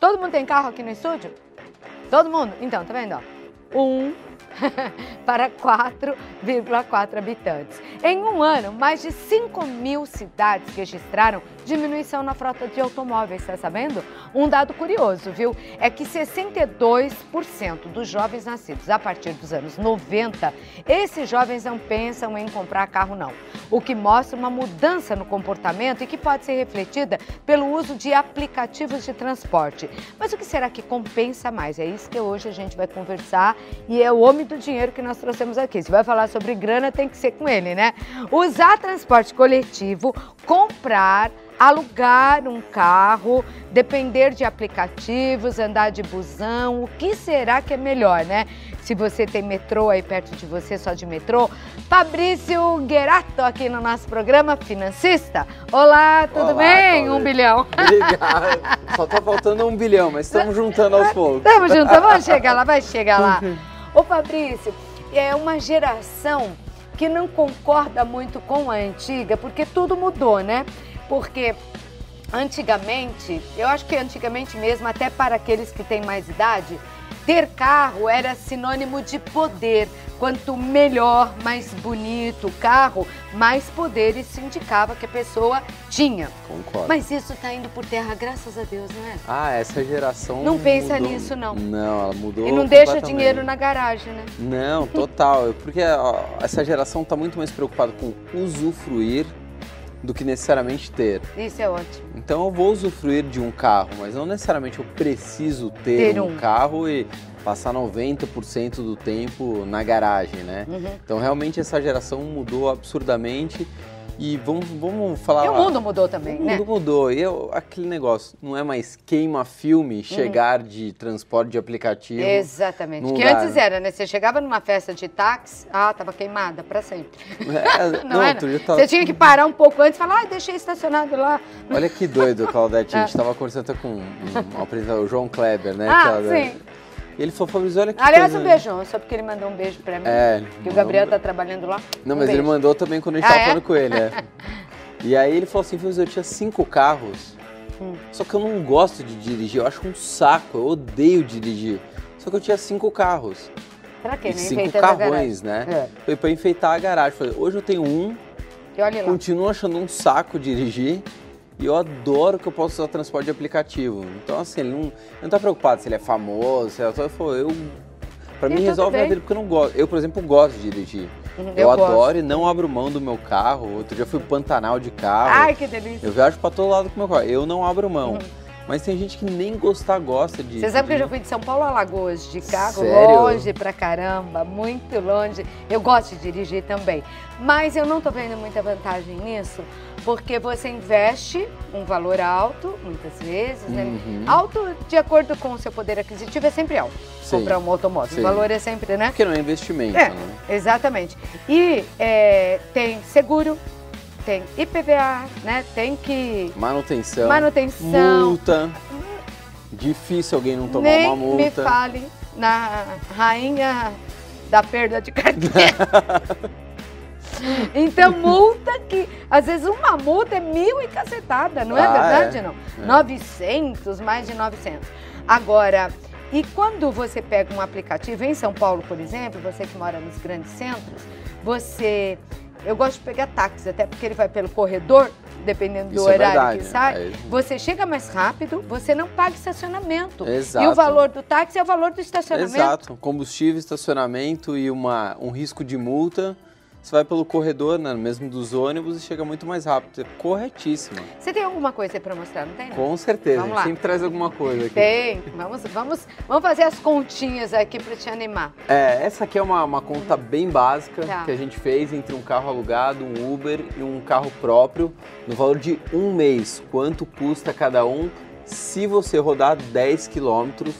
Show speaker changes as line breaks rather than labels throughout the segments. Todo mundo tem carro aqui no estúdio? Todo mundo? Então, tá vendo? Ó? Um para 4,4 habitantes. Em um ano, mais de 5 mil cidades registraram diminuição na frota de automóveis, tá sabendo? Um dado curioso, viu? É que 62% dos jovens nascidos a partir dos anos 90, esses jovens não pensam em comprar carro, não. O que mostra uma mudança no comportamento e que pode ser refletida pelo uso de aplicativos de transporte. Mas o que será que compensa mais? É isso que hoje a gente vai conversar e é o homem do dinheiro que nós trouxemos aqui. Se vai falar sobre grana, tem que ser com ele, né? Usar transporte coletivo, comprar alugar um carro, depender de aplicativos, andar de busão, o que será que é melhor, né? Se você tem metrô aí perto de você, só de metrô, Fabrício Guerato aqui no nosso programa Financista. Olá, tudo
Olá,
bem?
Cláudia.
Um bilhão.
Obrigado. Só tá faltando um bilhão, mas estamos juntando aos poucos.
Tamo junto, vamos chegar lá, vai chegar lá. Ô Fabrício, é uma geração que não concorda muito com a antiga, porque tudo mudou, né? Porque antigamente, eu acho que antigamente mesmo, até para aqueles que têm mais idade, ter carro era sinônimo de poder. Quanto melhor, mais bonito o carro, mais poder isso indicava que a pessoa tinha.
Concordo.
Mas isso está indo por terra, graças a Deus, não é?
Ah, essa geração.
Não pensa
mudou.
nisso, não.
Não, ela mudou.
E não deixa
completamente.
dinheiro na garagem, né?
Não, total. Porque ó, essa geração tá muito mais preocupada com usufruir do que necessariamente ter.
Isso é ótimo.
Então eu vou usufruir de um carro, mas não necessariamente eu preciso ter,
Ter
um
um.
carro e passar 90% do tempo na garagem, né? Então realmente essa geração mudou absurdamente e vamos, vamos falar
E o
lá.
mundo mudou também,
Ah. O
né?
mundo mudou. E eu, aquele negócio, não é mais
Uhum.
queima-filme chegar de transporte de aplicativo.
Exatamente.
no
que
lugar,
antes
né?
era, né? Você chegava numa festa de táxi, ah, tava queimada pra sempre.
É,
Não era?
outro dia eu tava-
Você tinha que parar um pouco antes e falar, ah, deixei estacionado lá.
Olha que doido, Claudete. A gente tava conversando até com um, um apresentador, o João Kleber, né?
ah,
que ela-
sim.
Ele falou, Fabrício, olha que
Aliás,
coisa...
um beijão, só porque ele mandou um beijo pra mim.
né? É,
Que
mandou
o
um
Gabriel tá trabalhando lá.
Não,
Um
mas ele
beijo.
mandou também quando a gente
Ah,
tava
é?
falando com ele, é. E aí ele falou assim, Fabrício, eu tinha cinco carros,
Hum.
só que eu não gosto de dirigir, eu acho um saco, eu odeio dirigir. Só que eu tinha cinco carros
Pra quê?
e
né?
cinco
Enfeitando a garagem.
carrões, né?
É.
Foi pra enfeitar a garagem. Falei, hoje eu tenho um,
E olha lá.
continuo achando um saco dirigir e eu adoro que eu posso usar transporte de aplicativo. Então, assim, ele não, ele não tá preocupado se ele é famoso, se ele é... Eu, falo, eu pra
E
mim
tudo
resolve a
bem.
vida, porque eu não gosto. Eu, por exemplo, gosto de dirigir. Eu,
gosto.
adoro e não abro mão do meu carro. Outro dia eu fui pro Pantanal de carro.
Ai, que delícia.
Eu viajo pra todo lado com meu carro. Eu não abro mão. Mas tem gente que nem gostar gosta de.
Você sabe que eu
de-
já fui de São Paulo a Alagoas de carro,
Sério?
longe pra caramba, muito longe. Eu gosto de dirigir também, mas eu não tô vendo muita vantagem nisso, porque você investe um valor alto, muitas vezes, né?
Uhum.
Alto de acordo com o seu poder aquisitivo é sempre alto.
Sim.
Comprar um automóvel,
Sim.
o valor é sempre, né?
Porque não é investimento,
É.
né?
Exatamente. E é, tem seguro, tem IPVA, né? Tem que
Manutenção.
manutenção,
Multa. Difícil alguém não tomar
Nem
uma multa.
me fale na rainha da perda de carteira. então, multa que... Às vezes uma multa é mil e cacetada, não é
Ah,
verdade, não?
É.
900, mais de 900. Agora, e quando você pega um aplicativo, em São Paulo, por exemplo, você que mora nos grandes centros, você... Eu gosto de pegar táxi, até porque ele vai pelo corredor, dependendo do
Isso é
horário
verdade.
que sai.
É.
Você chega mais rápido, você não paga estacionamento.
Exato.
E o valor do táxi é o valor do estacionamento.
Exato. Combustível, estacionamento e uma, um risco de multa. Você vai pelo corredor, né, mesmo dos ônibus, e chega muito mais rápido. É corretíssimo.
Você tem alguma coisa aí pra mostrar, não tem? não?
Com certeza,
É. Vamos
a gente
lá.
sempre traz alguma coisa aqui.
Tem. Vamos, vamos, vamos fazer as continhas aqui pra te animar.
É, essa aqui é uma, uma conta bem básica
Tá.
que a gente fez entre um carro alugado, um Uber e um carro próprio, no valor de um mês. Quanto custa cada um se você rodar 10 quilômetros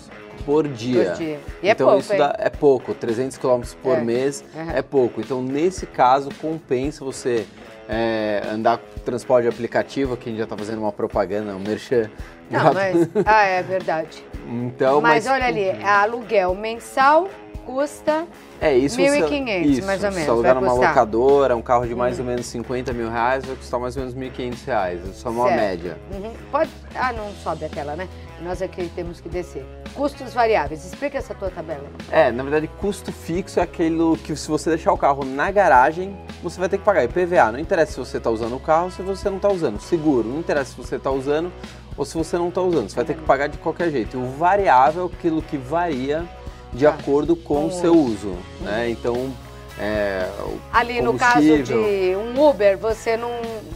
por dia?
Por dia. E é
então
pouco,
isso
hein?
dá, é pouco, 300 quilômetros por
É.
mês
Aham.
é pouco. Então nesse caso compensa você é, andar com transporte de aplicativo, que a gente já está fazendo uma propaganda, um merchan.
Não, mas... Ah, é verdade.
Então,
mas, olha ali, a aluguel mensal custa...
É, isso
1.500,
isso,
mais ou menos,
Se alugar
vai
numa
custar.
locadora, um carro de mais ou menos 50 mil reais, vai custar mais ou menos 1.500 reais. Isso é uma
Certo.
média.
Uhum, Pode... Ah, não sobe a tela, né? Nós aqui temos que descer. Custos variáveis. Explica essa tua tabela.
É, na verdade, custo fixo é aquilo que se você deixar o carro na garagem, você vai ter que pagar IPVA. Não interessa se você está usando o carro ou se você não está usando. Seguro, não interessa se você está usando ou se você não está usando. Você vai ter que pagar de qualquer jeito. E o variável é aquilo que varia de
Tá.
acordo com
Com Uhum.
o seu uso. Né? Então, é, o
Ali no caso
Combustível.
de um Uber, você não,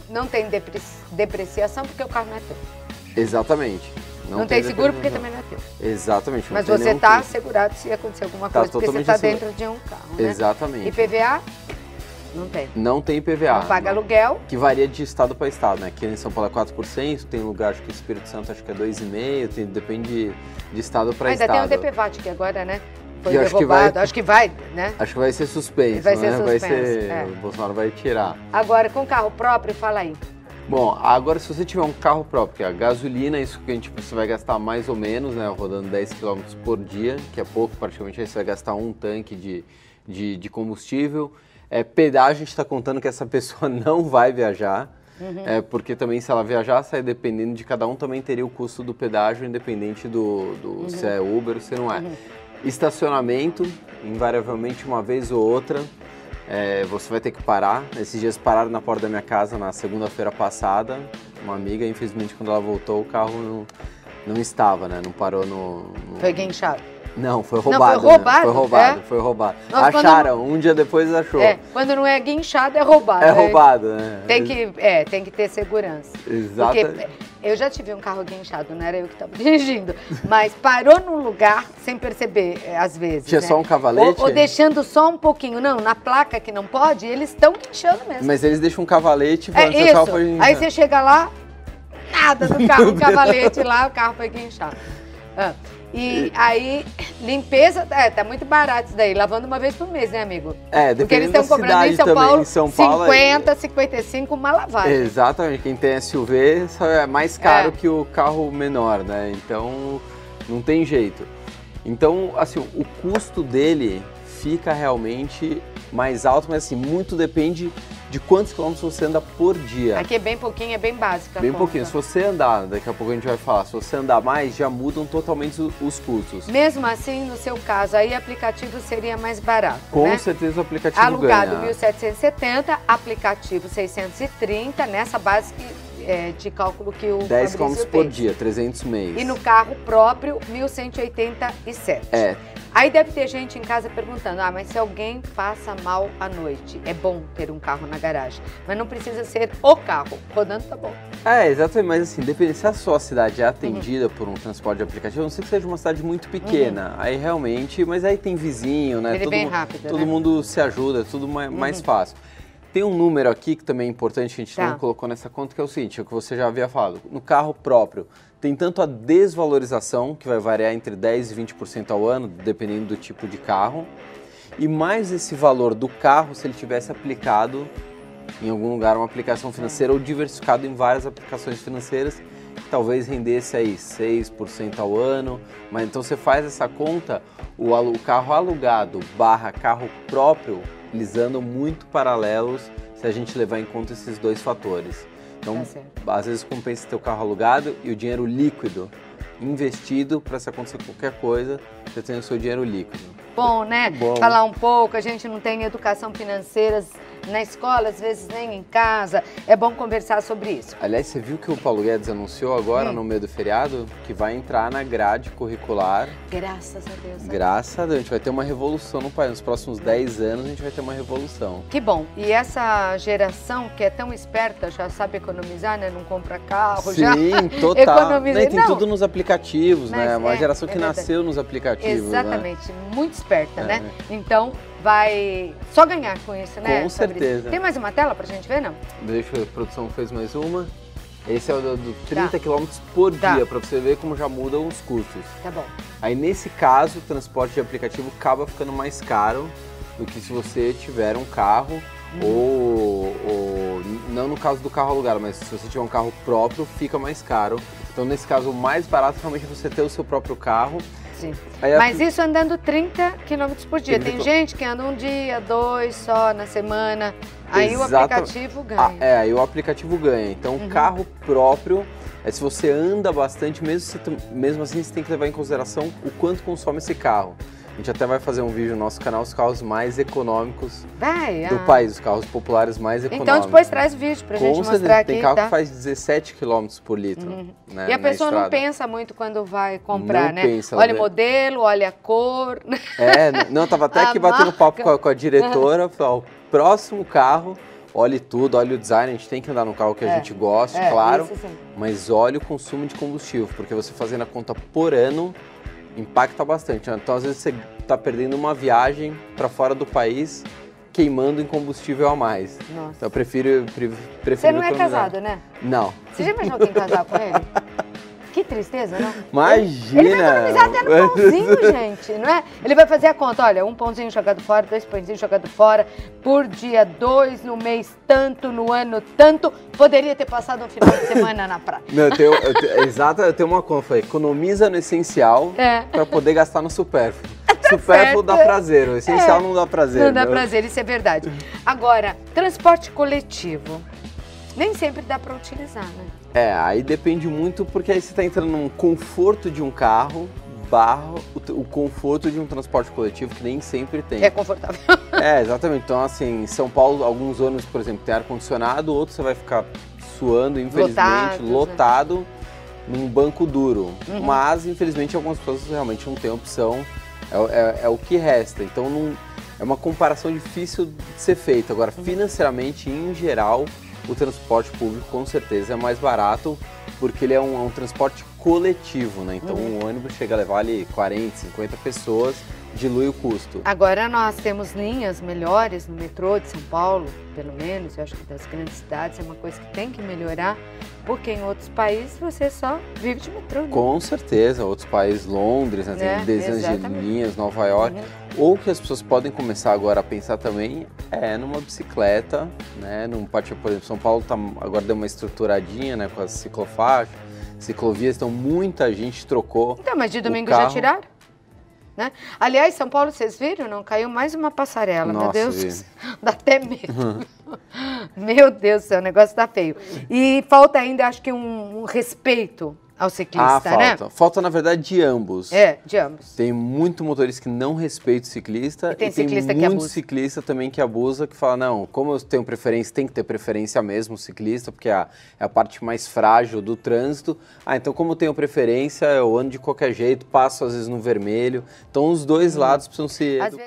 não tem depre- depreciação porque o carro não é teu.
Exatamente.
Não, tem, seguro porque
determinação.
também não é teu.
Exatamente. não
Mas
tem
você tá,
nenhum
está
custo.
assegurado se acontecer alguma
Tá
coisa, porque você
totalmente
está dentro
assegurado.
de um carro, né?
Exatamente.
IPVA? Não tem.
Não tem IPVA.
não paga
não.
aluguel,
né? Que varia de estado para estado, né? Aqui em São Paulo é 4%, tem lugar, acho que Espírito Santo acho que é 2,5%, tem, depende de, de estado para
ainda
estado.
tem um o DPVAT aqui agora, né? Foi
E acho que
derrubado,
vai-
acho que vai, né?
Acho que vai ser suspenso,
Vai ser
né? vai
suspenso,
ser.
é.
O Bolsonaro vai tirar.
Agora, com carro próprio, fala aí.
Bom, agora se você tiver um carro próprio, que é a gasolina, isso que a gente você vai gastar mais ou menos, né? Rodando 10 km por dia, que é pouco, praticamente aí você vai gastar um tanque de, de, de combustível. É, pedágio, a gente está contando que essa pessoa não vai viajar. É, porque também se ela viajar, sai dependendo de cada um, também teria o custo do pedágio, independente do, do se é Uber ou se não é. Estacionamento, invariavelmente uma vez ou outra, é, você vai ter que parar. Esses dias pararam na porta da minha casa na segunda-feira passada. Uma amiga, infelizmente, quando ela voltou, o carro não, não estava, né? Não parou no. no-
Foi guinchado.
Não, foi
foi
roubado. né?
roubado,
Foi roubado,
é?
foi roubado.
Nossa, quando-
Acharam, um dia depois achou.
É, quando não é guinchado, é roubado.
É
né?
roubado, né?
Tem que, é, tem que ter segurança. Porque
Exatamente.
eu já tive um carro guinchado, não era eu que estava dirigindo. Mas parou num lugar sem perceber, é, às vezes.
Tinha
né?
só um
ou,
cavalete?
ou deixando só um pouquinho. Não, na placa que não pode, eles estão guinchando mesmo.
Mas eles deixam um cavalete
é
falando que o carro
isso.
foi É, guinchado.
Aí você chega lá, nada do carro, um cavalete lá, o carro foi guinchado. Ah, E aí, limpeza, é, tá muito barato isso daí. Lavando uma vez por mês, né, amigo?
É,
Porque eles
dependendo da
estão cobrando
cidade
em São
também.
Paulo
em São Paulo,
50, 55, uma
é-
lavagem.
Exatamente. Quem tem SUV só é mais caro
É.
que o carro menor, né? Então, não tem jeito. Então, assim, o custo dele fica realmente mais alto, mas assim, muito depende de quantos quilômetros você anda por dia.
Aqui é bem pouquinho, é bem básica. a
Bem
conta.
pouquinho. Se você andar, daqui a pouco a gente vai falar, se você andar mais, já mudam totalmente os- os custos.
Mesmo assim, no seu caso, aí aplicativo seria mais barato,
Com
né?
certeza o aplicativo
Alugado
ganha.
1.770, aplicativo 630, nessa base que, é, de cálculo que o
10
Fabrício
quilômetros por
fez.
dia, 300 mês.
E no carro próprio, 1.187.
É,
Aí deve ter gente em casa perguntando, ah, mas se alguém passa mal à noite, é bom ter um carro na garagem. Mas não precisa ser o carro, rodando tá bom.
é, exatamente, mas assim, depende se a sua cidade é atendida por um transporte de aplicativo, a não sei que seja uma cidade muito pequena, aí realmente, mas aí tem vizinho, né?
Uhum. Ele
todo
vem
mu-
rápido,
todo
né? Uhum.
mundo se ajuda, é tudo ma- mais fácil. Tem um número aqui que também é importante, a gente
Tá.
não colocou nessa conta, que é o seguinte, é o que você já havia falado, no carro próprio, tem tanto a desvalorização, que vai variar entre 10% e 20% ao ano, dependendo do tipo de carro, e mais esse valor do carro se ele tivesse aplicado em algum lugar uma aplicação financeira ou diversificado em várias aplicações financeiras, que talvez rendesse aí 6% ao ano. Mas então você faz essa conta, o, alu- o carro alugado barra carro próprio, eles andam muito paralelos se a gente levar em conta esses dois fatores. Então,
Tá certo.
às vezes compensa ter o carro alugado e o dinheiro líquido investido para se acontecer qualquer coisa, você tem o seu dinheiro líquido.
bom, né?
Bom.
Falar um pouco, a gente não tem educação financeira na escola, às vezes nem em casa. É bom conversar sobre isso.
Aliás, você viu que o Paulo Guedes anunciou agora,
Hum.
no meio do feriado, que vai entrar na grade curricular.
Tá Graças a Deus. né?
Graças a Deus, a gente vai ter uma revolução no país. Nos próximos 10 anos, a gente vai ter uma revolução.
Que bom. E essa geração que é tão esperta, já sabe economizar, né? Não compra carro, já.
Sim, total.
economiza-
Né, tem
Não.
tudo nos aplicativos,
Mas
né? Uma
é,
geração
é
que
verdade.
nasceu nos aplicativos, né?
Exatamente, muito esperta,
É.
né? Então vai só ganhar com isso, né?
Com
Fabrício?
certeza.
Tem mais uma tela pra gente ver, não?
Deixa eu ver, a produção fez mais uma. Esse é o do, do 30 km por
Tá.
dia, para você ver como já mudam os custos.
Tá bom.
Aí nesse caso, o transporte de aplicativo acaba ficando mais caro do que se você tiver um carro
Uhum.
ou, ou- não no caso do carro alugado, mas se você tiver um carro próprio, fica mais caro. Então nesse caso, o mais barato realmente é você ter o seu próprio carro.
Sim.
Aí É a-
Mas isso andando 30 km por dia.
30
Tem
quilô-
gente que anda um dia, dois só na semana. Aí
Exata-
o aplicativo ganha.
é, Ah, é, aí o aplicativo ganha. Então,
Uhum.
carro próprio, É se você anda bastante, mesmo, se tu- mesmo assim você tem que levar em consideração o quanto consome esse carro. A gente até vai fazer um vídeo no nosso canal, os carros mais econômicos
Vai,
do
ah.
país, os carros populares mais econômicos.
Então depois traz o vídeo pra
Com
gente
certeza,
mostrar
tem
aqui,
carro
tá?
que faz 17 km por litro.
Uhum.
né,
E a
na
pessoa não
estrada.
pensa muito quando vai comprar,
Não
né?
pensa, ela
olha o
vê-
modelo, olha a cor.
É, n- não, eu tava até
A
aqui batendo
marca.
papo com a, com a diretora, falou, ó, o próximo carro, olhe tudo, olhe o design, a gente tem que andar num carro que a
É,
gente goste,
É,
claro,
isso sim.
mas olhe o consumo de combustível, porque você fazendo a conta por ano impacta bastante. né? Então, às vezes você tá perdendo uma viagem para fora do país queimando em combustível a mais.
Nossa.
Então, eu prefiro, pre- prefiro
Você não é
economizar.
casado, né?
Não.
Você já imaginou quem casar com ele? Que tristeza, não?
Imagina.
Ele vai economizar até no pãozinho, gente, não é? Ele vai fazer a conta, olha, um pãozinho jogado fora, dois pãezinhos jogados fora, por dia dois, no mês tanto, no ano tanto. Poderia ter passado um final de semana na praia.
Não, eu tenho, eu tenho, exato, eu tenho uma conta, falei, economiza no essencial
É. Tá
pra poder gastar no supérfluo. Supérfluo dá prazer, o essencial não dá prazer.
É. Não dá
né?
prazer, isso é verdade. Agora, transporte coletivo. Nem sempre dá pra utilizar, né?
É, aí depende muito, porque aí você tá entrando num conforto de um carro barra o, t- o conforto de um transporte coletivo que nem sempre tem.
É confortável.
É, exatamente. Então, assim, em São Paulo, alguns ônibus, por exemplo, tem ar-condicionado, outros você vai ficar suando, infelizmente,
Lotados, né?
lotado num banco duro.
Uhum.
Mas, infelizmente, algumas pessoas realmente não têm opção, é, o- é- é o que resta. Então, não- é uma comparação difícil de ser feita. Agora,
Uhum.
financeiramente, em geral, o transporte público, com certeza, é mais barato, porque ele é um, é um transporte coletivo, né? Então,
Uhum.
um ônibus chega a levar ali 40, 50 pessoas, dilui o custo.
Agora nós temos linhas melhores no metrô de São Paulo, pelo menos, eu acho que das grandes cidades é uma coisa que tem que melhorar, porque em outros países você só vive de metrô. né?
Com certeza, outros países, Londres, né, tem
Né?
dezenas
Exatamente.
de linhas, Nova York. Ou que as pessoas podem começar agora a pensar também é numa bicicleta, né? Num partido, por exemplo, São Paulo tá, agora deu uma estruturadinha, né? Com as ciclofaixas, ciclovias, então muita gente trocou.
Então, mas de domingo já
carro-
tiraram? Né? Aliás, São Paulo, vocês viram? Não caiu mais uma passarela, meu
Nossa,
Deus.
vi. Uhum.
Dá até medo. meu Deus do céu, o negócio tá feio. E falta ainda, acho que, um, um respeito ao
Ah,
ciclista, né?
falta. Falta, na verdade, de ambos.
É, de ambos.
Tem muito motorista que não respeita o ciclista
E tem ciclista que
muito
abusa.
ciclista também que abusa, que fala, não, como eu tenho preferência, tem que ter preferência mesmo o ciclista, porque é a, é a parte mais frágil do trânsito. Ah, então como eu tenho preferência, eu ando de qualquer jeito, passo às vezes no vermelho. Então os dois lados precisam se
Às vezes-